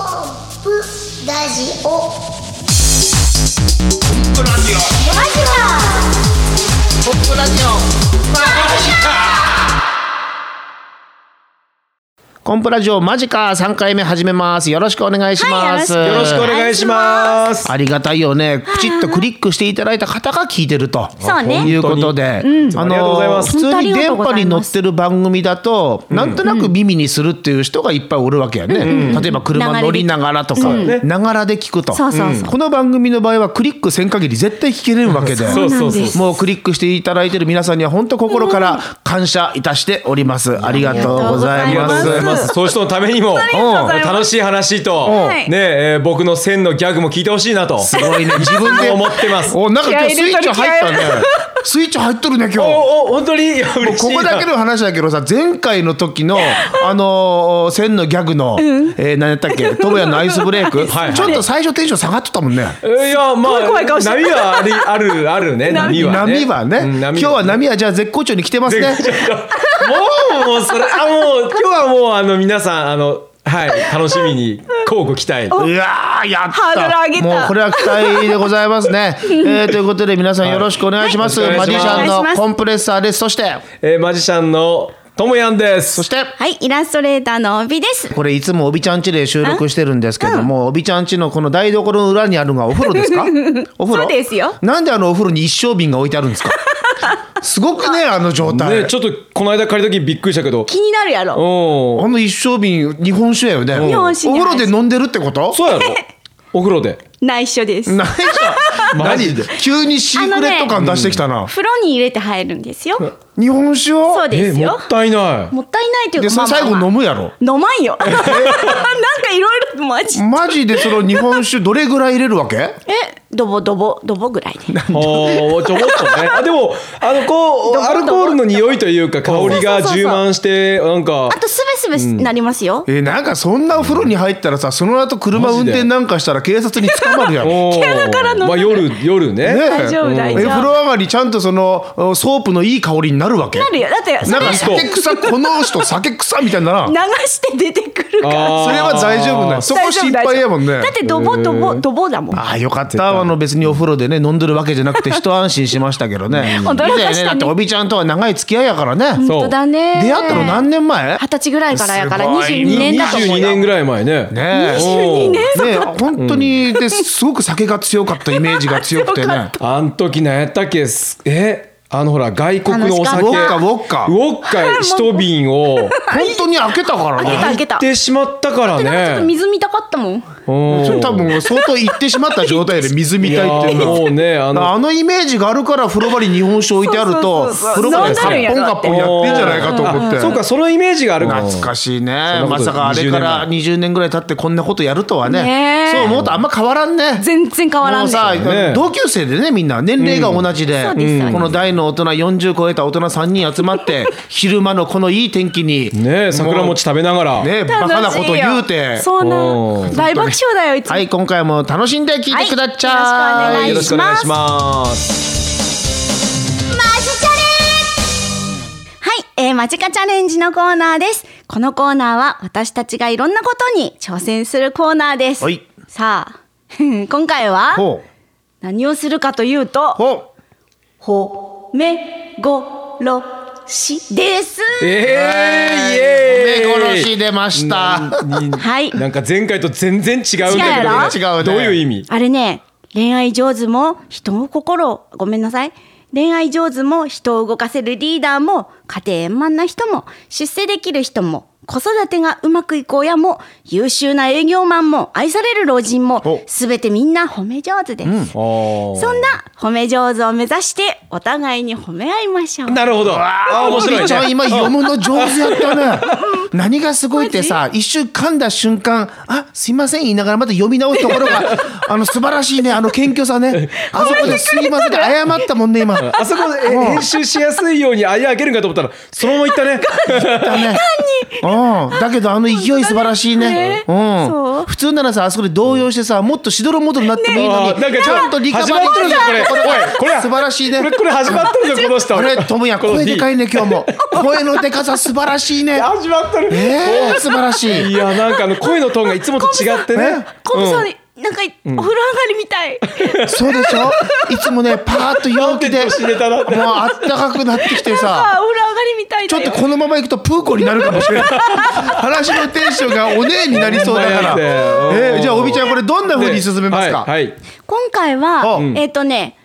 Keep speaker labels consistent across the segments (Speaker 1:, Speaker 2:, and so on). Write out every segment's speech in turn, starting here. Speaker 1: プラジオ
Speaker 2: ポップラ
Speaker 1: ラジ
Speaker 2: ジオポップラジオコンプラジオマジか3回目始めますよろしくお願いします、
Speaker 3: はいよろしくお願いします。
Speaker 2: ありがたいよねプチッとクリックしていただいた方が聞いてると
Speaker 3: そうね
Speaker 2: いうことで、
Speaker 3: んありがとうございます
Speaker 2: 普通
Speaker 3: 本当あ
Speaker 2: に
Speaker 3: りがと
Speaker 2: 電
Speaker 3: うございます
Speaker 2: 波に乗ってる番組だとなんとなく耳にするっていう人がいっぱいおるわけやね、例えば車乗りながらとか
Speaker 3: 流れで聞く
Speaker 2: ながらで聞くと、
Speaker 3: そうそうそう
Speaker 2: この番組の場合はクリックせん限り絶対聞けれるわけで
Speaker 3: そうなんです。
Speaker 2: もうクリックしていただいてる皆さんには本当心から感謝いたしております。ありがとうございま
Speaker 3: ありがとうござい
Speaker 2: す。
Speaker 3: ます。そういう人のためにも、
Speaker 2: うん
Speaker 3: 楽しい話と、
Speaker 2: はい
Speaker 3: ねえー僕の線のギャグも聞いてほしいなと。
Speaker 2: すごい ね。自分で
Speaker 3: 思ってます
Speaker 2: お、なんか今日スイッチ入ったね。スイッチ入っとるね今日。
Speaker 3: おお本当にいや嬉しい
Speaker 2: こ
Speaker 3: な。
Speaker 2: こだけの話だけどさ前回の時 のあのー、千のギャグの、えー何やったっけ友也のアイスブレイク
Speaker 3: はい
Speaker 2: ちょっと最初テンション下がっとったもんね。
Speaker 3: えいやまあ波はありあるあるね波はね。
Speaker 2: 波はね、
Speaker 3: うん
Speaker 2: 今日は波はじゃあ絶好調に来てますね。
Speaker 3: もうもうそれあもう今日はもうあの皆さんあのはい楽しみに 乞うご期
Speaker 2: い
Speaker 3: 待。
Speaker 2: やーやった
Speaker 4: ハードル上げた
Speaker 2: もうこれは期待でございます ね、えーということで皆さんよろしくお願いします、
Speaker 3: はい
Speaker 2: マジシャン
Speaker 4: お願いしま
Speaker 2: の
Speaker 4: す
Speaker 2: コンプレッサーですそして
Speaker 3: えーマジシャンのともやんです。
Speaker 2: そして
Speaker 4: はい、イラストレーターの帯です。
Speaker 2: これいつもおびちゃん家で収録してるんですけども、おびちゃん家のこの台所の裏にあるのがお風呂 ですかお風呂
Speaker 4: そうですよ
Speaker 2: なんであのお風呂に一升瓶が置いてあるんです かすごくねあの状態、
Speaker 3: ねちょっとこの間借りた時びっくりしたけど。
Speaker 4: 気になるやろ。
Speaker 3: お
Speaker 2: あの一升瓶日本酒やよね
Speaker 3: 日
Speaker 4: 本酒
Speaker 2: お
Speaker 4: に入
Speaker 2: 風
Speaker 4: って
Speaker 2: 呂で飲んでるってこと
Speaker 3: そうや ろ。お風呂で。
Speaker 4: 内緒です。
Speaker 2: 何じゃ
Speaker 3: マジ
Speaker 2: 何
Speaker 3: で
Speaker 2: 急にシークレット感出してきたな、
Speaker 4: 風呂に入れて入るんですよ。
Speaker 2: 日本酒を
Speaker 4: そうです
Speaker 3: も
Speaker 4: よ。
Speaker 3: っ たいない。
Speaker 4: もったいないという
Speaker 2: で
Speaker 4: か、
Speaker 2: そ
Speaker 4: ま
Speaker 2: れ
Speaker 4: あま
Speaker 2: 最
Speaker 4: あ
Speaker 2: 後
Speaker 4: まあ
Speaker 2: 飲むやろ
Speaker 4: 飲まんよ。 なんかいろいろマジ。
Speaker 2: マジでその日本酒どれぐらい入れるわ け
Speaker 4: え、ドボドボドボぐらいで。
Speaker 3: おおちょぼっとね。あでもあのこう
Speaker 4: どこ
Speaker 3: アルコールの匂いというか香りが充満してなんか
Speaker 4: あとすべすべなりますよ。
Speaker 2: えーなんかそんなお風呂に入ったらさその後車運転なんかしたら警察に捕まる やん。ね
Speaker 3: おー
Speaker 4: から飲んだ
Speaker 3: まあ夜夜ね。
Speaker 2: え
Speaker 4: 大丈夫大丈夫
Speaker 2: え風呂上がりちゃんとそのおソープのいい香りになるわけ
Speaker 4: なるよ。だってそ
Speaker 2: なん
Speaker 4: れ
Speaker 2: か
Speaker 4: 流
Speaker 2: 酒臭この人酒臭みたいに ならん
Speaker 4: して出てくるから。
Speaker 3: あー
Speaker 2: それは大丈夫なんそこ
Speaker 4: 大丈夫
Speaker 2: 心配やもんね
Speaker 4: 大丈夫だってドボドボドボだもん。
Speaker 2: ああよかったあの別にお風呂でね飲んでるわけじゃなくて一安心しましたけどね
Speaker 4: 驚かしたね
Speaker 2: 以前ねだっておびちゃんとは長い付き合いやからね
Speaker 3: そう
Speaker 4: 本当だね。
Speaker 2: 出会ったの何年前
Speaker 4: 二十歳ぐらいからやから
Speaker 2: すごい
Speaker 4: 22年だと思う
Speaker 3: 22
Speaker 4: よ。
Speaker 3: 年ぐらい前ね。
Speaker 2: ねえ
Speaker 3: 22年
Speaker 2: ねえ本当にですごく酒が強かったイメージが強くてね
Speaker 3: あん時何やったっけすえあのほら外国のお酒
Speaker 2: ウォッカウォッカ
Speaker 3: ウォ ッカ一瓶を
Speaker 2: 本当に開けたから
Speaker 4: 開け
Speaker 2: ね
Speaker 4: た開けた。
Speaker 3: 行っ
Speaker 4: だって
Speaker 3: てしまったから
Speaker 4: なんかちょっと
Speaker 3: ね。
Speaker 4: 水見たかったもん。
Speaker 3: うん
Speaker 2: それ多分相当行ってしまった状態で水み
Speaker 3: い
Speaker 2: た
Speaker 3: や
Speaker 2: いっていうのは
Speaker 3: もうねあの
Speaker 2: あのイメージがあるから風呂場に日本酒置いてあると
Speaker 4: そうそうそうそう
Speaker 2: 風呂場でカッポンカッポンやってんじゃないかと思って
Speaker 3: そうかそのイメージがあるから。
Speaker 2: 懐かしいね
Speaker 3: そんな
Speaker 2: ま
Speaker 3: こと
Speaker 2: さかあれから
Speaker 3: 20
Speaker 2: 20年ぐらい経ってこんなことやるとは
Speaker 4: ね
Speaker 2: ね
Speaker 4: え
Speaker 2: そう思うとあんま変わらんね
Speaker 4: 全然変わらん
Speaker 2: もう
Speaker 4: ね。
Speaker 2: さ
Speaker 3: ね
Speaker 2: 同級生でねみんな年齢が同じで
Speaker 4: そうですそうです
Speaker 2: この大の大人40超えた大人3人集まって 昼間のこのいい天気に
Speaker 3: ねえ桜餅食べながら。
Speaker 2: ねバカなこと言うて
Speaker 4: そう
Speaker 3: お
Speaker 4: な
Speaker 3: ー
Speaker 4: ん大爆笑だよいつも、
Speaker 2: はい今回も楽しんで聞いてくだっちゃ
Speaker 4: はいいよ
Speaker 3: よろ
Speaker 4: ろ
Speaker 3: し
Speaker 4: し
Speaker 3: く
Speaker 4: く
Speaker 3: お
Speaker 4: お
Speaker 3: 願
Speaker 4: 願
Speaker 3: い
Speaker 4: い
Speaker 3: し
Speaker 4: し
Speaker 3: ます。
Speaker 4: はい、えー、マジカチャレンジのコーナーですこのコーナーは私たちがいろんなことに挑戦するコーナーです、
Speaker 2: はい
Speaker 4: さあ 今回は
Speaker 2: ほう
Speaker 4: 何をするかというと
Speaker 2: ほう
Speaker 4: ほめごろしです
Speaker 3: ええイエーイ。
Speaker 2: 目殺し出ました
Speaker 3: に
Speaker 4: はい
Speaker 3: なんか前回と全然違うんだけどね
Speaker 4: 違うやろ
Speaker 2: 違うね
Speaker 3: どういう意味？
Speaker 4: あれね恋愛上手も人の心をごめんなさい恋愛上手も人を動かせるリーダーも家庭円満な人も出世できる人も子育てがうまくいく親も優秀な営業マンも愛される老人も
Speaker 2: お
Speaker 4: 全てみんな褒め上手です、
Speaker 3: あー
Speaker 4: そんな褒め上手を目指してお互いに褒め合いましょう
Speaker 3: なるほど。ああ面白いね。
Speaker 2: ちゃん今読むの上手やった ね。何がすごいってさ、一瞬噛んだ瞬間、あ、すいません言いながらまた読み直すところ が、あの素晴らしいね、あの謙虚さね。あそこですいませんって謝ったもん ね今。だ
Speaker 3: あそこえ編集しやすいようにあれ開けるんかと思ったらそのままいったね。
Speaker 2: ね。うん。だけどあの勢い素晴らしい ね。う
Speaker 4: そ
Speaker 2: ん。
Speaker 4: う
Speaker 2: 普通ならさ、あそこで動揺してさ、もっとしどろもどろになってもいいの
Speaker 3: あー
Speaker 2: に、
Speaker 3: なんか
Speaker 2: ち
Speaker 3: ち
Speaker 2: ゃ
Speaker 3: ょ
Speaker 2: ん
Speaker 3: っ
Speaker 2: と
Speaker 3: と
Speaker 2: リカバリ
Speaker 3: 始まっとるぞこれ。
Speaker 2: こ
Speaker 3: おいこれ
Speaker 2: れ素晴らしいね
Speaker 3: こ。れこ れ始まっとるぞこの人。
Speaker 2: これ、ともや、声でかい
Speaker 3: ね。
Speaker 2: ね、今日も。声のでかさ素晴らしいね。
Speaker 3: 始まっとそれ。
Speaker 2: えー、素晴らしい。
Speaker 3: いやなんかあの声のトーンがいつもと違ってね。
Speaker 4: コブさん、
Speaker 3: うん
Speaker 4: なんか、お風呂上がりみたい。
Speaker 2: そうでしょいつもね、パーッと陽気で、
Speaker 3: なん
Speaker 2: も
Speaker 3: て
Speaker 2: う
Speaker 3: 年ネタだって
Speaker 2: あったかくなってきてさ。
Speaker 4: あ、お風呂上がりみたい
Speaker 2: ち
Speaker 4: だ
Speaker 2: ょ
Speaker 4: よ。
Speaker 2: っとこのまま行くとプーコになるかもしれない話のテンションがお姉になりそうだから、
Speaker 3: ほんまやね
Speaker 2: えーじゃあおびちゃんこれどんな風に進めますか、
Speaker 3: ではい。はい
Speaker 4: 今回は、
Speaker 2: うん
Speaker 4: えっ、とね、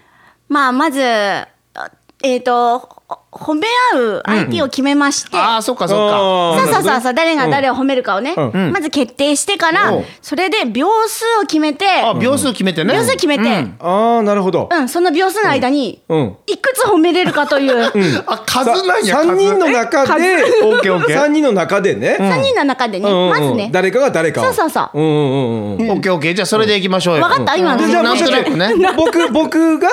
Speaker 4: まあ、まず、あえっ、と、ほ褒め合う相手を決めまして、
Speaker 2: ああそっかそっか
Speaker 3: あー
Speaker 4: そうそうそうそう、誰が誰を褒めるかをね、
Speaker 3: う
Speaker 4: まず決定してから、
Speaker 2: うん
Speaker 4: それで秒数を決めて、
Speaker 2: あ秒数決めてね
Speaker 4: 秒数決めて、うん、
Speaker 3: ああなるほど。
Speaker 4: その秒数の間に、
Speaker 3: うん。
Speaker 4: いくつ褒めれるかという、
Speaker 2: あ数なんや
Speaker 3: 三人の中で、
Speaker 2: オッケーオッケー
Speaker 3: 三人の中でね。
Speaker 4: 3人の中でね、
Speaker 3: うんうんうん
Speaker 4: まずね、
Speaker 3: 誰かが誰かを。
Speaker 4: そうそうそ
Speaker 3: う んうんうんうん。
Speaker 2: 数オッケーオッケーじゃあそれでいきましょうよ
Speaker 4: わかった今の
Speaker 2: うん
Speaker 3: じゃあ
Speaker 2: な
Speaker 3: も
Speaker 2: ん
Speaker 3: しか
Speaker 2: と
Speaker 3: し
Speaker 2: なく ね
Speaker 3: て僕僕が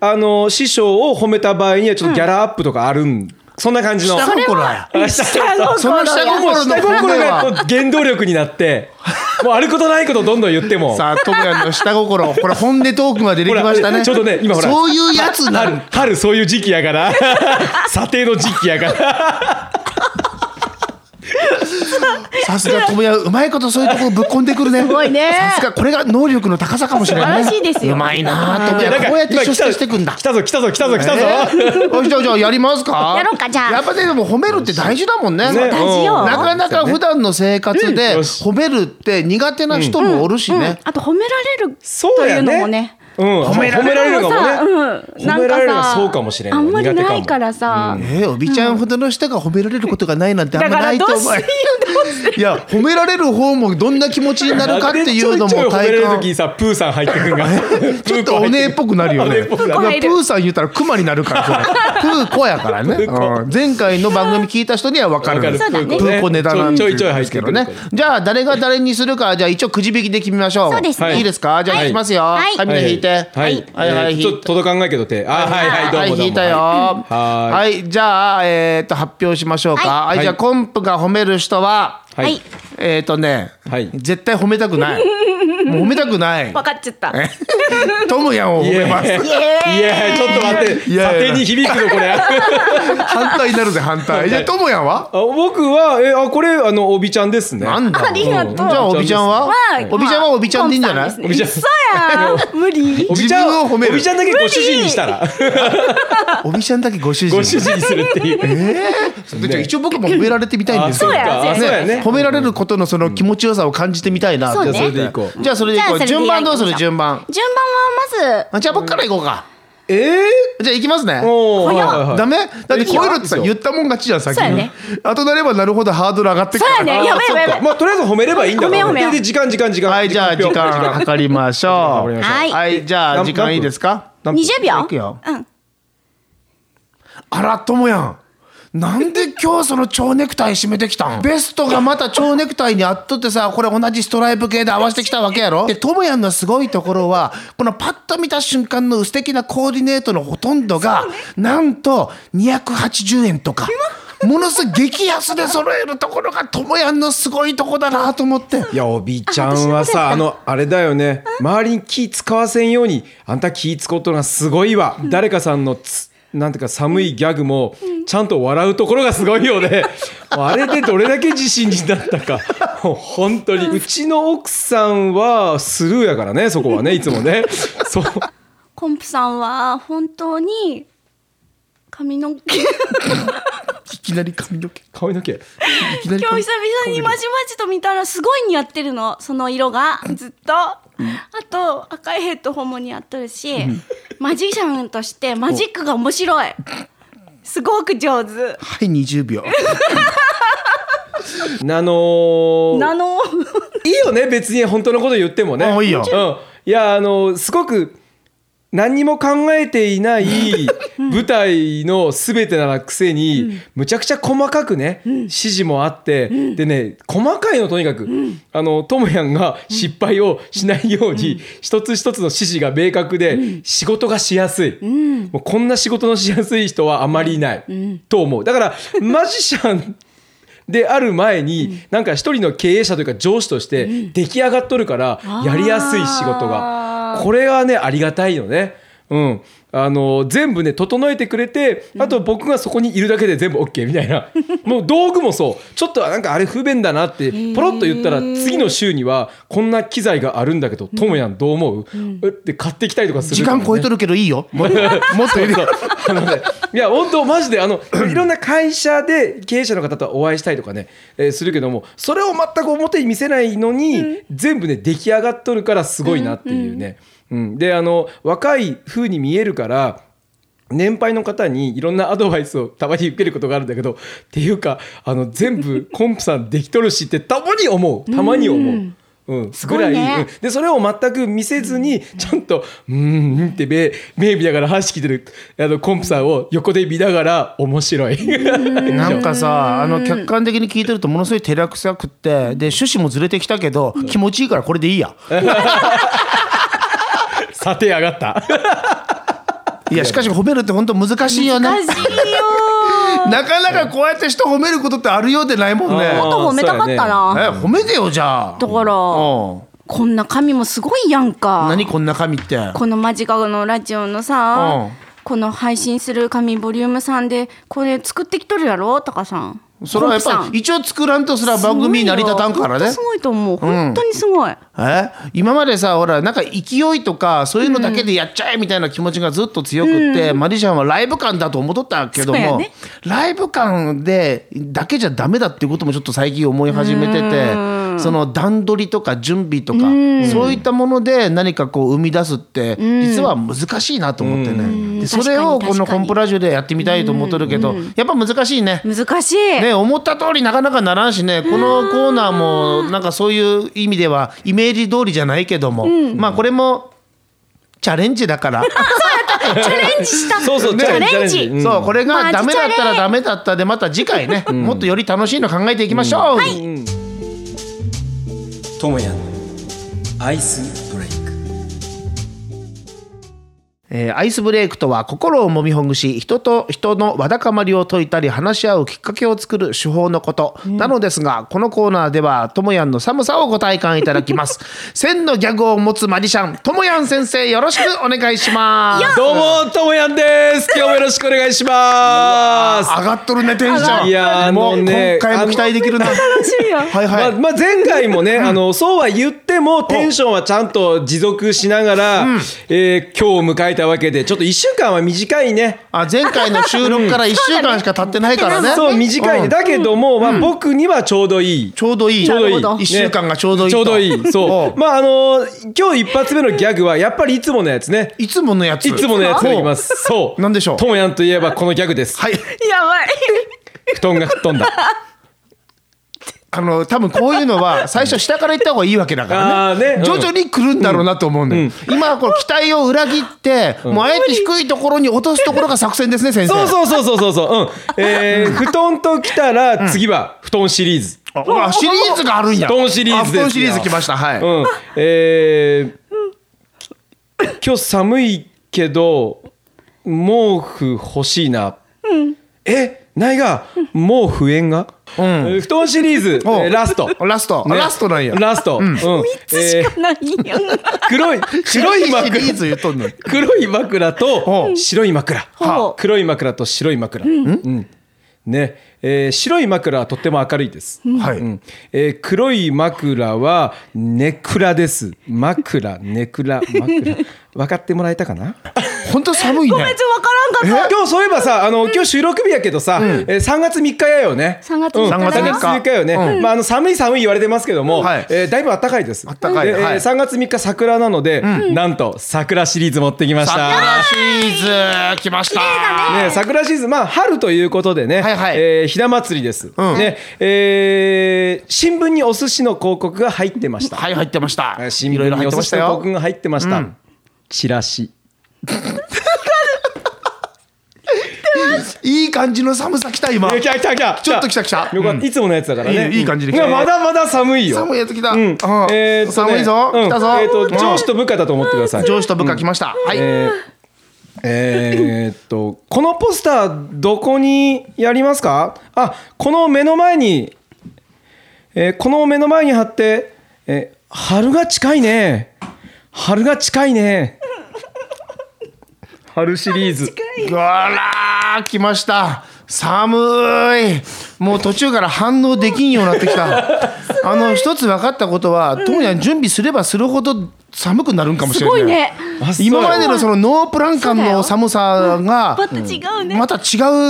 Speaker 3: あの師匠を褒めた場合にはちょっとギャラアップとかあるんそんな感じの。
Speaker 2: 下心や
Speaker 3: あ下心
Speaker 2: その下
Speaker 3: も
Speaker 2: 心
Speaker 3: う
Speaker 2: の
Speaker 3: 下心がこう原動力にな って、もうあることないことをどんどん言っても。
Speaker 2: さあともやの下心これ本音トークが出てきましたね
Speaker 3: ほらちょっとね今ほら
Speaker 2: そういうやつな
Speaker 3: 春
Speaker 2: る、
Speaker 3: 春そういう時期や から。査定の時期やから。
Speaker 2: さすがともやうまいことそういうところぶっこんでくるねす
Speaker 4: ごいね
Speaker 2: さすがこれが能力の高さかもしれないね
Speaker 4: 素晴らしいですよ
Speaker 2: うまいなとも
Speaker 3: い
Speaker 2: や
Speaker 3: なんか
Speaker 2: こうやって
Speaker 3: 今来
Speaker 2: 出
Speaker 3: た
Speaker 2: 世してくんだ
Speaker 3: 来たぞ来たぞ来たぞ来たぞ。
Speaker 2: よしじゃあじゃあやりますか
Speaker 4: やろうかじゃあ
Speaker 2: やっぱねでも褒めるって大事だもんね
Speaker 3: ね
Speaker 4: 大事よ
Speaker 2: なかなか普段の生活で
Speaker 3: うんよし
Speaker 2: 褒めるって苦手な人もおるし
Speaker 4: うん
Speaker 2: ね、
Speaker 4: あと褒められる
Speaker 3: そ
Speaker 4: と
Speaker 3: う
Speaker 4: い
Speaker 3: や
Speaker 4: うのも
Speaker 3: ね
Speaker 4: ね。
Speaker 3: うん、褒められるのもね。
Speaker 4: うんな
Speaker 3: 褒め
Speaker 4: ん
Speaker 3: ら
Speaker 4: か
Speaker 3: れるの
Speaker 4: さ
Speaker 3: はそうかもしれない。
Speaker 4: あんまり
Speaker 3: 苦手
Speaker 4: な
Speaker 3: も
Speaker 4: いからさ、
Speaker 2: えーおびちゃんほどの人が褒められることがないなんてあんまないと思う。
Speaker 4: だからどう
Speaker 2: いや褒められる方もどんな気持ちになるかっていうの
Speaker 3: ちょ
Speaker 2: も
Speaker 3: いちょい褒めら
Speaker 2: 体
Speaker 3: れる
Speaker 2: 感
Speaker 3: 時にさ、プーさん入ってくる が。
Speaker 2: ちょっとお姉っぽくなるよね。いやプ
Speaker 4: くなる
Speaker 2: ーさん言ったらクマになるからそれ。 プーコやからね。うん前回の番組聞いた人には分かる。
Speaker 3: わかる
Speaker 4: そうだね
Speaker 2: プーコネタなんて
Speaker 3: ちょいちょい入って
Speaker 2: け
Speaker 3: く
Speaker 2: ど
Speaker 3: る
Speaker 2: ね。じゃあ誰が誰にするかじゃあ一応くじ引きで決めましょう。
Speaker 4: そうですね
Speaker 2: いいですか。じゃあ
Speaker 3: はい
Speaker 2: 行きますよ。
Speaker 4: は
Speaker 2: はいい、みんな引いて。
Speaker 3: はい、
Speaker 2: はいはい引い
Speaker 3: ちょっと届かんないけど手。あ、はいはい、どうもどうも。
Speaker 2: はい、引いたよ。
Speaker 3: はい
Speaker 2: はい、じゃあ、えっと、発表しましょうか。
Speaker 4: は
Speaker 2: はい、じゃあ、コンプが褒める人は、
Speaker 3: はい。
Speaker 4: はい
Speaker 2: えっとね
Speaker 3: はい、
Speaker 2: 絶対褒めたくない。もう褒めたく ない。
Speaker 4: 分かっちゃった
Speaker 2: トムヤンを
Speaker 3: い
Speaker 2: 褒めま
Speaker 3: やい
Speaker 2: す。
Speaker 3: や、ちょっと待って、
Speaker 2: いやいや
Speaker 3: 縦に響くのこ れ。
Speaker 2: 反対になるぜ、反対。じゃあ、トムヤンは
Speaker 3: あ僕は、え、あ、これ、あの、おびちゃんですね。
Speaker 2: なんだ
Speaker 4: ありがとう
Speaker 2: じゃあ、おびちゃんは
Speaker 4: まあ
Speaker 2: おびちゃんはおびちゃんでいいんじゃな
Speaker 4: コ
Speaker 2: い
Speaker 4: ンさですね嘘やん無理
Speaker 3: おびちゃん
Speaker 2: 自分を褒める
Speaker 3: おびちゃんだけご主人にしたら、
Speaker 2: おびちゃんだけご主人。
Speaker 3: ご主人にするっていう。
Speaker 2: じゃあ一応僕も褒められてみたいんですよ。
Speaker 4: あそうや
Speaker 2: ね
Speaker 4: そう
Speaker 3: やね
Speaker 2: 褒められることのその気持ちよさを感じてみたいな。
Speaker 4: そうね
Speaker 3: じゃあそれでいこう。
Speaker 2: じゃあ、それでいこ
Speaker 4: じゃ
Speaker 2: う。
Speaker 4: あそれで
Speaker 2: 順番どうす
Speaker 4: やり
Speaker 2: る
Speaker 4: ましょう
Speaker 2: 順番。
Speaker 4: 順番はまず
Speaker 2: あじゃあ、僕からいこうか。
Speaker 3: えー、
Speaker 2: じゃあ、いきますね。
Speaker 3: おー
Speaker 4: 早っ
Speaker 3: はいはいはい
Speaker 2: ダメだってこういうのってさ
Speaker 3: いいよ
Speaker 2: 言ったもん勝ちじゃん先
Speaker 4: そうや
Speaker 2: に
Speaker 4: ね
Speaker 2: 後なればなるほどハードル上がってく
Speaker 4: そうやね
Speaker 2: から
Speaker 4: やばいやばいやばい
Speaker 3: まあとりあえず褒めればいいんだから。
Speaker 4: 褒めよう褒めよう
Speaker 3: で時間時間時間。
Speaker 2: はいじゃあ時間計りましょう
Speaker 4: はい
Speaker 2: はいじゃあ
Speaker 3: 何
Speaker 2: 時間いいですか
Speaker 3: 何分
Speaker 4: 20
Speaker 2: いく
Speaker 4: 秒
Speaker 2: よあらともやんなんで今日その蝶ネクタイ締めてきたんベストがまた蝶ネクタイにあっとってさこれ同じストライプ系で合わせてきたわけやろでともやんのすごいところはこのパッと見た瞬間の素敵なコーディネートのほとんどが、なんと280円とかものすごい激安で揃えるところがともやんのすごいとこだなと思って
Speaker 3: いやおびちゃんはさあのあれだよね周りに気使わせんようにあんた気使うことがすごいわ誰かさんのつなんていうか寒いギャグもちゃんと笑うところがすごいよねもうあれでどれだけ自信になったかもう本当にうちの奥さんはスルーやからねそこはねいつもねそう
Speaker 4: コンプさんは本当に髪の 毛
Speaker 2: いきなり髪の毛い
Speaker 3: 髪の毛
Speaker 2: きなり
Speaker 4: 今日
Speaker 2: 髪の
Speaker 4: 久々にまじまじと見たらすごい似合ってるのその色がずっとあと赤いヘッドホンも似合ってるし、マジシャンとしてマジックが面白いすごく上手
Speaker 2: はい20秒
Speaker 3: あのー
Speaker 4: なの
Speaker 3: いいよね別に本当のこと言ってもね
Speaker 2: あいいよ
Speaker 3: うん、いやあのすごく何にも考えていない舞台の全てならくせに、むちゃくちゃ細かくね、指示もあって、でね細かいのとにかく、あのトモヤンが失敗をしないように、一つ一つの指示が明確で、仕事がしやすい、もうこんな仕事のしやすい人はあまりいない、と思うだからマジシャンである前に、なんか一人の経営者というか上司として出来上がっとるからやりやすい仕事が、
Speaker 4: あー
Speaker 3: これはねありがたいよねうんあの全部ね整えてくれてあと僕がそこにいるだけで全部 OK みたい なもう道具もそうちょっとなんかあれ不便だなってポロッと言ったら次の週にはこんな機材があるんだけどともやんどう思う、えって買ってきたりとかする
Speaker 2: 時
Speaker 3: からね
Speaker 2: 間超えとるけどいいよ。もっともっといるよ。
Speaker 3: あのねいや本当マジであのいろんな会社で経営者の方とはお会いしたりとかね、えーするけどもそれを全く表に見せないのに、全部ね出来上がっとるからすごいなっていうね。うんであの若い風に見えるから年配の方にいろんなアドバイスをたまに受けることがあるんだけどっていうかあの全部コンプさんできとるしってたまに思うたまに思う。うん
Speaker 4: すごいね
Speaker 3: ぐらうんでそれを全く見せずにちゃんと「うーん」うんって目目見ながら話聞いてるあのコンプさんを横で見ながら 面白い
Speaker 2: なんかさあの客観的に聞いてるとものすごい照れくさくってで趣旨もずれてきたけど気持ちいいからこれでいいや。
Speaker 3: さて上がった
Speaker 2: いやしかし褒めるって本当 難しいよね。
Speaker 4: 難しいよ
Speaker 2: なかなかこうやって人褒めることってあるようでないもんね。
Speaker 3: あー
Speaker 4: もっと褒めたかったな、
Speaker 2: え褒めてよじゃあ。
Speaker 4: だから
Speaker 2: うん
Speaker 4: こんな神もすごいやんか
Speaker 2: 何こんな神って。
Speaker 4: この間近のラジオのさ、
Speaker 2: うん
Speaker 4: この配信する紙ボリューム3でこれ作ってきとるやろタカさん
Speaker 2: それはやっ
Speaker 4: コン
Speaker 2: ぱ
Speaker 4: プ
Speaker 2: 一応作らんとすら番組成り立たんからね
Speaker 4: す。ごいよ本当すごいと思う本当にすごい、
Speaker 2: え今までさほらなんか勢いとかそういうのだけでやっちゃえみたいな気持ちがずっと強くって、マリシャンはライブ感だと思っとったけど
Speaker 4: そうや
Speaker 2: も、
Speaker 4: ね
Speaker 2: ライブ感でだけじゃダメだっていうこともちょっと最近思い始めててその段取りとか準備とかそういったもので何かこう生み出すって実は難しいなと思ってねでそれをこ
Speaker 4: 確かに
Speaker 2: の
Speaker 4: 確か
Speaker 2: コ
Speaker 4: に
Speaker 2: ンプラジオでやってみたいと思っとるけどやっぱ難しいね。
Speaker 4: 難しい、
Speaker 2: ね、思った通りなかなかならんしねこのコーナーもなんかそういう意味ではイメージ通りじゃないけども、まあこれもチャレンジだから、
Speaker 4: チャレンジした
Speaker 3: そうそう
Speaker 4: チャレンジ
Speaker 3: うん
Speaker 2: そうこれ
Speaker 4: ま
Speaker 2: が
Speaker 4: あ
Speaker 2: ダメだった
Speaker 4: チャレ
Speaker 2: らダメだったでまた次回ね、もっとより楽しいの考えていきましょう、
Speaker 3: ともやんアイスブレイク
Speaker 2: えーアイスブレイクとは心をもみほぐし人と人のわだかまりを解いたり話し合うきっかけを作る手法のこと、なのですがこのコーナーではともやんの寒さをご体感いただきます千のギャグを持つマジシャンともやん先生よろしくお願いします
Speaker 3: どうもともやんです今日もよろしくお願いします
Speaker 2: 上がっとるねテンション
Speaker 3: いやーあ
Speaker 2: もう
Speaker 3: のね
Speaker 2: 今回も期待できるなは
Speaker 4: 楽しいよ
Speaker 2: いは
Speaker 3: ま
Speaker 2: い
Speaker 3: あまあ、前回もね、あのそうは言ってもテンションはちゃんと持続しながら、えー今日を迎えたわけでちょっと1週間は短いね。
Speaker 2: あ前回の収録から1週間しか経ってないからね
Speaker 3: そう短いね、
Speaker 2: うん
Speaker 3: だけども、まあ、僕にはちょうどいい。
Speaker 2: ちょうどいい
Speaker 3: ちょうどいい
Speaker 4: なるほど
Speaker 2: 1週間がちょうどいい
Speaker 3: ち
Speaker 2: と
Speaker 3: ょうどいい。そう。まああのー今日一発目のギャグはやっぱりいつものやつね。
Speaker 2: いつものやつ
Speaker 3: いつものやつでいきます。そう。
Speaker 2: なんでしょう
Speaker 3: ともやんといえばこのギャグです。
Speaker 2: はい
Speaker 4: やばい
Speaker 3: 布団が吹っ飛んだ。
Speaker 2: あの多分こういうの は最初下から行った方がいいわけだからね
Speaker 3: あーね
Speaker 2: 徐々に来るんだろうなと思うんだよ、今はこの期待を裏切って、もうあえて低いところに落とすところが作戦ですね先生
Speaker 3: そうそうそうそうそうそう。うん。えー、布団ときたら次は布団シリーズ。
Speaker 2: ああシリーズがあるんや
Speaker 3: 布団シリーズですよ
Speaker 2: あ布団シリーズ来ましたはい、
Speaker 3: うん、えー、今日寒いけど毛布欲しいな、えないが毛布縁
Speaker 2: ん
Speaker 3: が、えー布団シリーズ、え
Speaker 2: お
Speaker 3: ー ラスト、
Speaker 2: ラスト、
Speaker 3: ね
Speaker 2: ラストなんや
Speaker 3: ラスト、うん えー
Speaker 4: 何やん
Speaker 3: 黒い白い
Speaker 2: シリー
Speaker 3: 枕
Speaker 2: ズ言っとんの
Speaker 3: 黒い枕と
Speaker 2: お
Speaker 3: 白い枕
Speaker 4: はあ
Speaker 3: 黒い枕と白い枕、うんねえー白い枕はとっても明るいです、
Speaker 2: はい、
Speaker 3: うんえー黒い枕はネクラです枕ネクラ 枕分かってもらえたかな
Speaker 2: 本当寒い
Speaker 4: ごめ
Speaker 2: ね
Speaker 4: んちょっとわからんかっ
Speaker 3: 今日そういえばさあの今日収録日やけどさ、えー3月3日やよね
Speaker 4: 3月3日
Speaker 3: うん3月3日よね、
Speaker 2: うん
Speaker 3: まあ、あの寒い寒い言われてますけども、
Speaker 2: はい
Speaker 3: えーだいぶ暖かいです
Speaker 2: 暖かい
Speaker 3: でえー
Speaker 2: はい
Speaker 3: 3月3日桜なので、なんと桜シリーズ持ってきました
Speaker 2: 桜シリーズ来ました
Speaker 3: ね、桜シーズン、まあ、春ということでね、
Speaker 2: はいはい
Speaker 3: えーひな祭りです、
Speaker 2: うん
Speaker 3: ねえー新聞にお寿司の広告が入ってました、
Speaker 2: はい入ってました
Speaker 3: えー新
Speaker 2: い
Speaker 3: 聞
Speaker 2: ろいろ
Speaker 3: に
Speaker 2: 入っ
Speaker 3: お
Speaker 2: て
Speaker 3: 寿
Speaker 2: まし
Speaker 3: 司
Speaker 2: た
Speaker 3: の広
Speaker 2: よ
Speaker 3: 告が入ってました、
Speaker 2: うん
Speaker 3: チラシ
Speaker 2: いい感じの寒さ来た今
Speaker 3: いや来た来た来た
Speaker 2: ちょっと来た来た
Speaker 3: よかった、
Speaker 2: うん
Speaker 3: いつものやつだからね
Speaker 2: いいいい感じで来た
Speaker 3: やまだまだ寒いよ
Speaker 2: 寒いやつ来た、
Speaker 3: うん
Speaker 2: うん
Speaker 3: えーっとね
Speaker 2: 寒いぞ、
Speaker 3: うん
Speaker 2: 来たぞ、
Speaker 3: えーっと
Speaker 2: うん
Speaker 3: 上司と部下だと思ってください
Speaker 2: 上司と部下来ました、はい、
Speaker 3: えーえーっとこのポスターどこにやりますかあこの目の前に、えーこの目の前に貼って、えー春が近いね春が近いね春シリーズ
Speaker 2: うわらー来ました寒いもう途中から反応できんようになってき たあの一つ分かったことはともやん準備すればするほど寒くなるんかもし
Speaker 4: す
Speaker 2: れない
Speaker 4: ごいね。
Speaker 3: あそう
Speaker 2: 今までのそのノープラン感
Speaker 4: そうだ
Speaker 2: の
Speaker 4: よ
Speaker 2: 寒さが
Speaker 4: また違うね。
Speaker 2: また違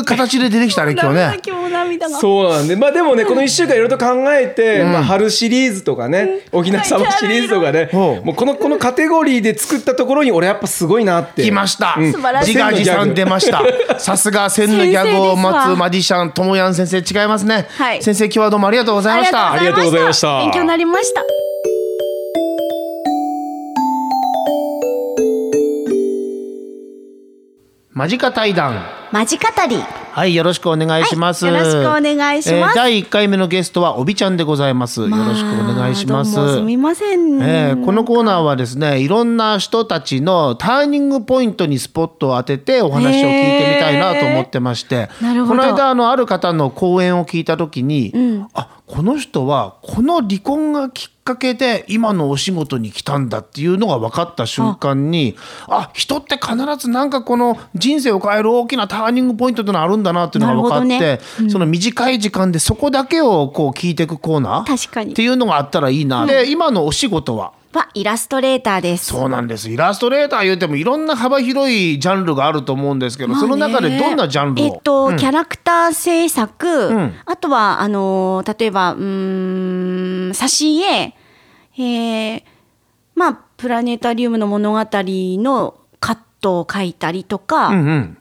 Speaker 2: う形で出てきたね今日
Speaker 4: 涙
Speaker 2: ね
Speaker 4: 今日涙が。
Speaker 3: そうなんでまあでもねこの1週間いろいろと考えて、まあ、春シリーズとかね、沖縄サマシリーズとかね、
Speaker 2: うん
Speaker 3: もうこのこのカテゴリーで作ったところに俺やっぱすごいなって
Speaker 2: 来ました、
Speaker 4: ん素晴らしい
Speaker 2: 自画自賛出ま したさすが千のギャグを待つマジシャンともやん先生違いますね、
Speaker 4: はい
Speaker 2: 先生今日はどうもありがとうございました
Speaker 4: ありがとうございました。
Speaker 3: ありがと
Speaker 4: 勉強
Speaker 3: うございました
Speaker 4: になりました。
Speaker 2: 間近対談
Speaker 4: マジ語り。
Speaker 2: はい、よろしくお願いします。
Speaker 4: はいよろしくお願いします
Speaker 2: 第一回目のゲストはおびちゃんでございます。よろしくお願いします。
Speaker 4: まあどうもすみません。
Speaker 2: えーこのコーナーはですねいろんな人たちのターニングポイントにスポットを当ててお話を聞いてみたいなと思ってまして、
Speaker 4: ーなるほ
Speaker 2: こ
Speaker 4: ど
Speaker 2: の間あのある方の講演を聞いた時に、あこの人はこの離婚がきっかけで今のお仕事に来たんだっていうのが分かった瞬間にあ人って必ずなんかこの人生を変える大きなターニングポイントってのがあるんだなっていうのが分かって、
Speaker 4: なる
Speaker 2: その短い時間でそこだけをこう聞いていくコーナー
Speaker 4: 確かに
Speaker 2: っていうのがあったらいいな。で今のお仕事は
Speaker 4: はイラストレーターです。
Speaker 2: そうなんですイラストレーター言うてもいろんな幅広いジャンルがあると思うんですけど、その中でどんなジャンルを、
Speaker 4: えっと、キャラクター制作、
Speaker 2: ん
Speaker 4: あとはあのー例えばうーん挿絵、えーまあプラネタリウムの物語のカットを描いたりとか、
Speaker 2: うんうん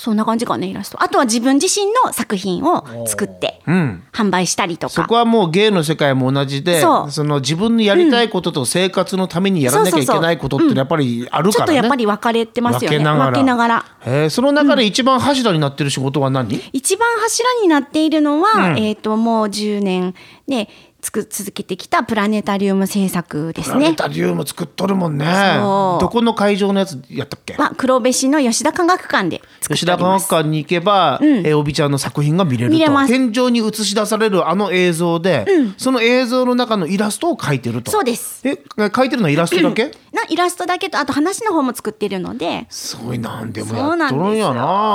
Speaker 4: そんな感じかねイラストあとは自分自身の作品を作って
Speaker 2: うん
Speaker 4: 販売したりと
Speaker 2: そ
Speaker 4: か
Speaker 2: こはもう芸の世界も同じで
Speaker 4: そ
Speaker 2: そうの自分のやりたいことと生活のためにやらなきゃいけないことってやっぱりある
Speaker 4: ちょ
Speaker 2: か
Speaker 4: っと
Speaker 2: らね。
Speaker 4: やっぱり分かれてますよね
Speaker 2: 分けながら
Speaker 4: ら
Speaker 2: へえその中で一番柱になってる仕事は何、
Speaker 4: 一番柱になっているの
Speaker 2: う
Speaker 4: は、
Speaker 2: ん
Speaker 4: えっ、ともう10年でつく続けてきたプラネタリウム制作で
Speaker 2: プ
Speaker 4: す
Speaker 2: ラネ
Speaker 4: ね。
Speaker 2: タリウム作っとるもんね
Speaker 4: そう
Speaker 2: どこの会場のやつやったっけ
Speaker 4: は黒部市の吉田科学館で作って
Speaker 2: 吉田
Speaker 4: おり
Speaker 2: 科
Speaker 4: ま
Speaker 2: 学
Speaker 4: す。
Speaker 2: 館に行けば、えーおびちゃんの作品が見れる
Speaker 4: 見れ
Speaker 2: と
Speaker 4: ます
Speaker 2: 天井に映し出されるあの映像で、その映像の中のイラストを描いてると
Speaker 4: そうです。
Speaker 2: え描いてるのはイラストだけ
Speaker 4: なイラストだけとあと話の方も作っているので、
Speaker 2: すごいなんでも
Speaker 4: そう
Speaker 2: や
Speaker 4: な
Speaker 2: っ
Speaker 4: ん
Speaker 2: と
Speaker 4: です
Speaker 2: る
Speaker 4: よ
Speaker 2: んやな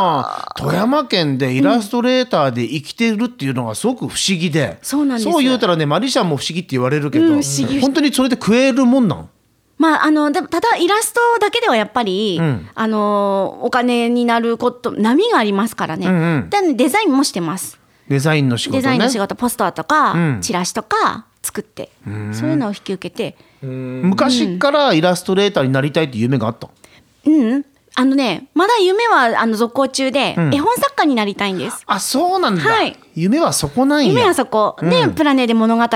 Speaker 2: 富山県でイラストレーターで生きてるっていうのがすごく不思議で、
Speaker 4: そうなんですよ
Speaker 2: そう言うたらねマリシャンも不思議って言われるけど、
Speaker 4: うん不思議
Speaker 2: 本当にそれで食えるもんなん
Speaker 4: まああのでもただイラストだけではやっぱり、
Speaker 2: ん
Speaker 4: あのお金になること波がありますからね。
Speaker 2: んうん
Speaker 4: でデザインもしてます。
Speaker 2: デザインの仕事ね
Speaker 4: デザインの仕事、ポスターとか、
Speaker 2: うん
Speaker 4: チラシとか作って、そういうのを引き受けて。
Speaker 2: 昔からイラストレーターになりたいって夢があった、
Speaker 4: うん、あのね、まだ夢はあの続行中で、
Speaker 2: ん
Speaker 4: 絵本作家になりたいんです。
Speaker 2: あそうなんだ、
Speaker 4: はい
Speaker 2: 夢はそこなんや
Speaker 4: 夢はそこ、
Speaker 2: う
Speaker 4: で
Speaker 2: ん
Speaker 4: プラネで物語あ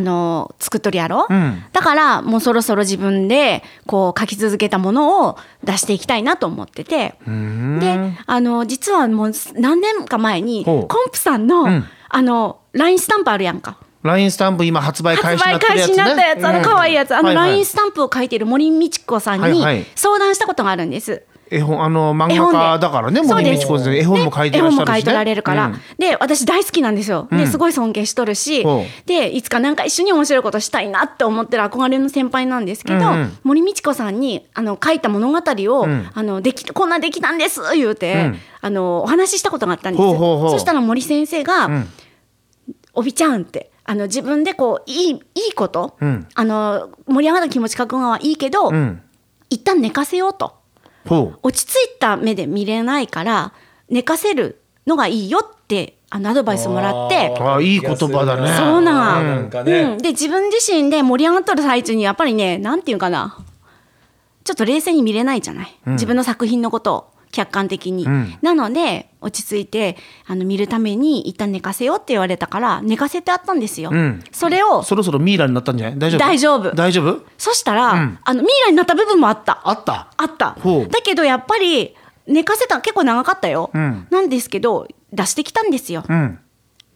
Speaker 4: の作っとるやろ、
Speaker 2: うん
Speaker 4: だからもうそろそろ自分でこう書き続けたものを出していきたいなと思っててであの実はもう何年か前に
Speaker 2: ほ
Speaker 4: コ
Speaker 2: う
Speaker 4: ンプさんの,、
Speaker 2: ん
Speaker 4: あの LINE スタンプあるやんか
Speaker 2: ラインスタンプ今発売開
Speaker 4: 発
Speaker 2: 始にな
Speaker 4: 売
Speaker 2: ってるやつね。
Speaker 4: 開始になったやつ、あの可愛いやつ、あの
Speaker 2: はいはい
Speaker 4: LINE スタンプを書いてる森美智子さん
Speaker 2: はい
Speaker 4: に
Speaker 2: はい
Speaker 4: 相談したことがあるんです。
Speaker 2: 絵本あの漫
Speaker 4: 絵
Speaker 2: 画
Speaker 4: 本で
Speaker 2: 家だからね、
Speaker 4: そう
Speaker 2: 森
Speaker 4: で
Speaker 2: 美
Speaker 4: す
Speaker 2: 智子先生絵本も書いてらっしゃるし、ね、
Speaker 4: で絵本も書いてられるから、
Speaker 2: うん
Speaker 4: で私大好きなんですよ、ですごい尊敬しとるし、
Speaker 2: ほ
Speaker 4: でいつかなんか一緒に面白いことしたいなって思ってる憧れの先輩なんですけど、
Speaker 2: うんうん
Speaker 4: 森美智子さんにあの書いた物語を、
Speaker 2: ん
Speaker 4: あのできこんなできたんです言うて、
Speaker 2: うん
Speaker 4: あのお話ししたことがあったんですよ
Speaker 2: ほうほうほう
Speaker 4: そしたら森先生が「
Speaker 2: ん
Speaker 4: おびちゃん」って。あの自分でこういいいいこと、
Speaker 2: うん
Speaker 4: あの盛り上がる気持ち書くのはいいけど、
Speaker 2: うん
Speaker 4: 一旦寝かせようと、
Speaker 2: ほう
Speaker 4: 落ち着いた目で見れないから寝かせるのがいいよってあのアドバイスもらって
Speaker 2: あいい言葉だね
Speaker 4: そうな
Speaker 3: うん
Speaker 4: ん
Speaker 3: なんかね
Speaker 4: うん、で自分自身で盛り上がっとる最中にやっぱりねなんていうかなちょっと冷静に見れないじゃない、自分の作品のことを客観的に、
Speaker 2: ん
Speaker 4: なので落ち着いてあの見るために一旦寝かせようって言われたから寝かせてあったんですよ、
Speaker 2: ん
Speaker 4: それを
Speaker 2: そろそろミイラになったんじゃない大丈夫
Speaker 4: 大丈夫
Speaker 2: 大丈夫
Speaker 4: そしたら、
Speaker 2: うん
Speaker 4: あのミイラになった部分もあった
Speaker 2: あった
Speaker 4: あった
Speaker 2: ほう
Speaker 4: だけどやっぱり寝かせた結構長かったよ、
Speaker 2: うん
Speaker 4: なんですけど出してきたんですよ、
Speaker 2: うん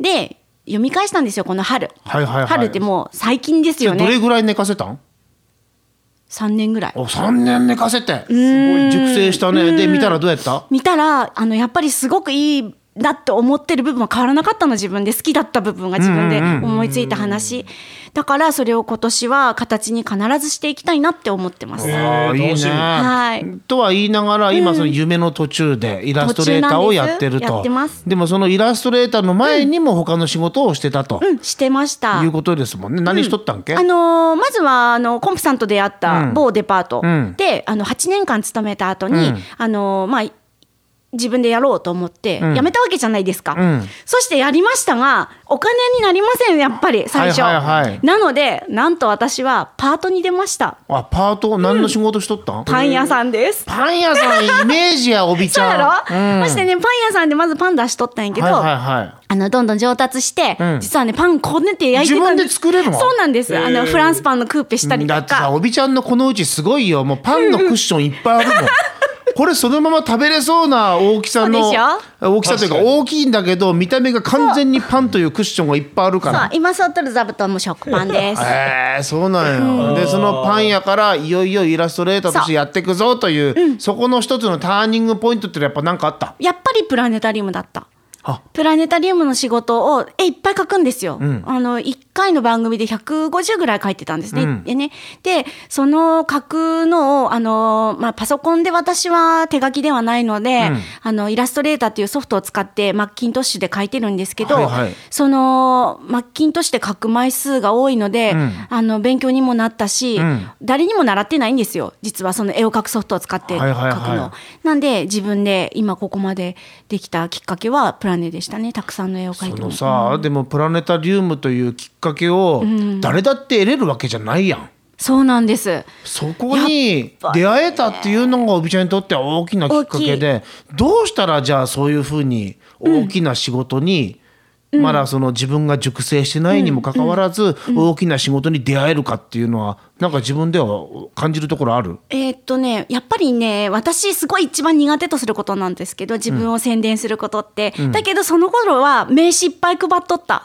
Speaker 4: で読み返したんですよこの春、
Speaker 2: はいはいはい
Speaker 4: 春ってもう最近ですよ
Speaker 2: どれ
Speaker 4: ね
Speaker 2: ぐらい寝かせたん
Speaker 4: 3年ぐらい
Speaker 2: お三年寝かせてすごい熟成したねで見たらどうやった
Speaker 4: 見たらあのやっぱりすごくいいだと思ってる部分は変わらなかったの自分で好きだった部分が自分で思いついた話、だからそれを今年は形に必ずしていきたいなって思ってます。
Speaker 2: あーいい
Speaker 3: 楽しみ
Speaker 4: はい
Speaker 2: ね。とは言いながら今その夢の途中でイラストレーターをやってる
Speaker 4: 途中なんですや
Speaker 2: と
Speaker 4: ってます
Speaker 2: でもそのイラストレーターの前にも他の仕事をしてたと
Speaker 4: うん、してました
Speaker 2: いうことですもんね何しとったんけ
Speaker 4: あのーまずはあのコンプさんと出会った
Speaker 2: うん
Speaker 4: 某デパート
Speaker 2: うん
Speaker 4: で、あの8年間勤めた後に、
Speaker 2: うん
Speaker 4: あのーまあ自分でやろうと思って
Speaker 2: うん
Speaker 4: 辞めたわけじゃないですか、
Speaker 2: うん
Speaker 4: そしてやりましたがお金になりませんやっぱり最初、
Speaker 2: はいはいはい
Speaker 4: なのでなんと私はパートに出ました
Speaker 2: あパート何の仕事しとったん
Speaker 4: パン屋さんです、
Speaker 2: パン屋さんイメージやおびち
Speaker 4: そう
Speaker 2: ゃ
Speaker 4: だろ、
Speaker 2: ん
Speaker 4: そしてねパン屋さんでまずパン出しとったんやけど、
Speaker 2: はいはいはい
Speaker 4: あのどんどん上達して、
Speaker 2: うん
Speaker 4: 実はねパンこねて焼いてた
Speaker 2: 自
Speaker 4: ん
Speaker 2: 分で作れるの
Speaker 4: そうなんですあのフランスパンのクーペしたりと
Speaker 2: だ
Speaker 4: か
Speaker 2: ってさおびちゃんのこのうちすごいよもうパンのクッションいっぱいあるもん、 これそのまま食べれそうな大きさ
Speaker 4: そ
Speaker 2: の
Speaker 4: うでし
Speaker 2: 大きさというか
Speaker 3: 確かに
Speaker 2: 大きいんだけど見た目が完全にパンというクッションがいっぱいあるか
Speaker 4: そう
Speaker 2: ら
Speaker 4: 今座ってる座布団も食パ ンです。
Speaker 2: えー、そうなんよ、でそのパン屋からいよいよイラストレーターとしてやっていくぞというそこの一つのターニングポイントってのはやっぱ何かあった
Speaker 4: やっぱりプラネタリウムだった。
Speaker 2: あ
Speaker 4: プラネタリウムの仕事をえいっぱい書くんですよ。あの1回の番組で150ぐらい書いてたんですね。でねでその書くのをあの、まあ、パソコンで私は手書きではないので、あのイラストレーターっていうソフトを使ってマッキントッシュで書いてるんですけど、
Speaker 2: はいはい
Speaker 4: そのマッキントッシュで書く枚数が多いので、あの勉強にもなったし、
Speaker 2: ん
Speaker 4: 誰にも習ってないんですよ実はその絵を描くソフトを使って書くの。
Speaker 2: はいはいはい
Speaker 4: なんで自分で今ここまでできたきっかけはプラネでしたねたくさんの絵を描い
Speaker 2: そ
Speaker 4: て
Speaker 2: の
Speaker 4: も
Speaker 2: さ、でもプラネタリウムというきっかけを誰だって得れるわけじゃないやん、
Speaker 4: そうなんです
Speaker 2: そこに出会えたっていうのがおびちゃんにとっては大きなきっかけでどうしたらじゃあそういうふうに大きな仕事に、まだその自分が熟成してないにもかかわらず大きな仕事に出会えるかっていうのはなんか自分では感じるところある
Speaker 4: えーっとねやっぱりね私すごい一番苦手とすることなんですけど自分を宣伝することって、だけどその頃は名刺いっぱい配っとった、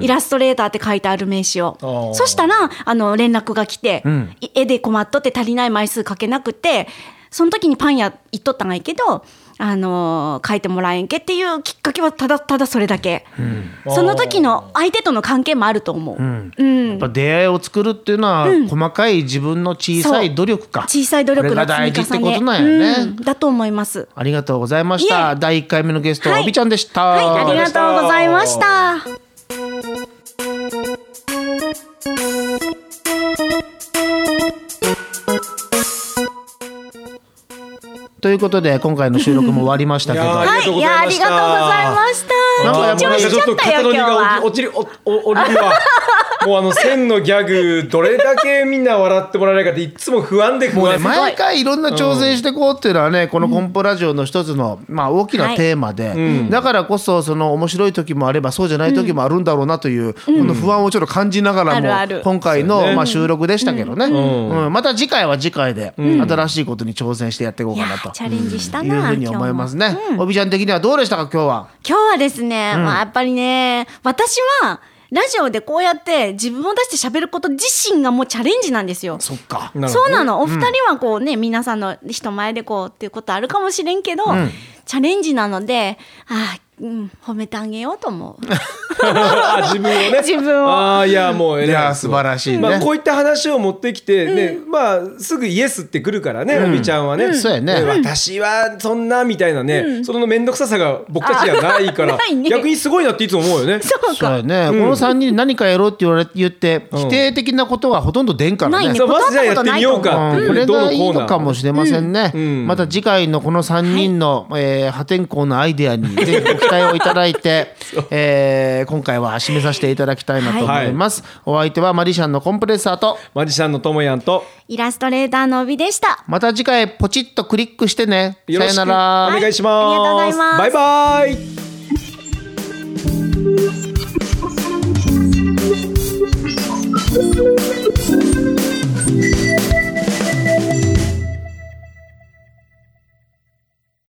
Speaker 4: イラストレーターって書いてある名刺を
Speaker 3: ー
Speaker 4: そしたらあの連絡が来て、
Speaker 2: ん
Speaker 4: い絵で困っとって足りない枚数書けなくてその時にパン屋行っとったんがいいけどあのー書いてもらえんけっていうきっかけはただただそれだけ、その時の相手との関係もあると思う、うん
Speaker 2: やっぱ出会いを作るっていうのは細かい自分の小さい努力か
Speaker 4: 小さい努力
Speaker 2: これが
Speaker 4: の
Speaker 2: 大
Speaker 4: 積
Speaker 2: 事
Speaker 4: み
Speaker 2: ってこ
Speaker 4: 重ね
Speaker 2: となんやね、
Speaker 4: うんだと思います
Speaker 2: ありがとうございまし
Speaker 4: い
Speaker 2: た
Speaker 4: え
Speaker 2: 第1回目のゲスト、
Speaker 4: はい
Speaker 2: おびちゃんでした、
Speaker 4: はい、ありがとうございました。
Speaker 2: ということで今回の収録も終わりましたけど
Speaker 3: いやー
Speaker 4: はい、いや、ありがとうございました。
Speaker 2: なんか
Speaker 4: 緊張しちゃったよ、今日
Speaker 3: が
Speaker 4: は。
Speaker 3: 落ちる、お、お、おりは。もうあの千のギャグ、どれだけみんな笑ってもらえないかって、いつも不安で不
Speaker 2: もうね
Speaker 3: 安。
Speaker 2: 毎回いろんな挑戦していこうっていうのはね、このコンポラジオの一つの、まあ、大きなテーマで、だからこそその面白い時もあればそうじゃない時もあるんだろうなという、この不安をちょっと感じながらも、
Speaker 4: あるある
Speaker 2: 今回
Speaker 3: そう
Speaker 2: の、
Speaker 3: ね
Speaker 2: まあ、収録でしたけどね、うんんまた次回は次回で、新しいことに挑戦してやっていこう
Speaker 4: い
Speaker 2: か
Speaker 4: や
Speaker 2: なと。
Speaker 4: チャレンジした
Speaker 2: いうふ
Speaker 4: な、
Speaker 2: うに思います
Speaker 4: 今日も
Speaker 2: ね。おびちゃん的にはどうでしたか今日は。
Speaker 4: 今日はですね、まあ、やっぱりね、私は。ラジオでこうやって自分を出して喋ること自身がもうチャレンジなんですよ。
Speaker 2: そっか。
Speaker 3: なるほ
Speaker 4: そう
Speaker 3: ど
Speaker 4: なの、お二人はこうね、皆さんの人前でこうっていうことあるかもしれんけど、チャレンジなので、ああ、うん、褒めてあげようと思 う。
Speaker 3: あ自分をね。
Speaker 4: 自分を
Speaker 3: ああ、いや、もう、
Speaker 2: いや素晴らしいね
Speaker 3: まあ、こういった話を持ってきて、ね、まあ、すぐイエスってくるからね、おびちゃんはね。
Speaker 2: そうやね
Speaker 3: 私は、そんなみたいなね、その面倒くささが、僕たちにはないか
Speaker 4: あ
Speaker 3: ら
Speaker 4: ない。ね
Speaker 3: 逆にすごいなっていつも思うよね。
Speaker 4: そう
Speaker 2: そう
Speaker 4: か。
Speaker 2: やね、この3人に何かやろうって言われ言って、否定的なことはほとんど出んから
Speaker 4: ないね
Speaker 3: さあまずじゃあやってみようかって
Speaker 2: うんこ
Speaker 3: い
Speaker 2: れ
Speaker 3: うどう
Speaker 2: がいい
Speaker 3: コーナ
Speaker 2: の
Speaker 3: ー
Speaker 2: かもしれませんね、
Speaker 3: うん
Speaker 2: また次回のこの3人の、えー破天荒なアイデアにぜひご期待をいただい て、えー今回は締めさせていただきたいなと思います、お相手はマリシャンのコンプレッサーと
Speaker 3: マジシャンのともやんと。
Speaker 4: イラストレーターの帯でした。
Speaker 2: また次回ポチッとクリックしてねさ
Speaker 3: よろ
Speaker 2: よ
Speaker 3: しく
Speaker 2: な
Speaker 3: お
Speaker 2: ら
Speaker 3: 願いしま
Speaker 4: はい
Speaker 3: す。
Speaker 4: ありがとうございます
Speaker 3: バイバイ。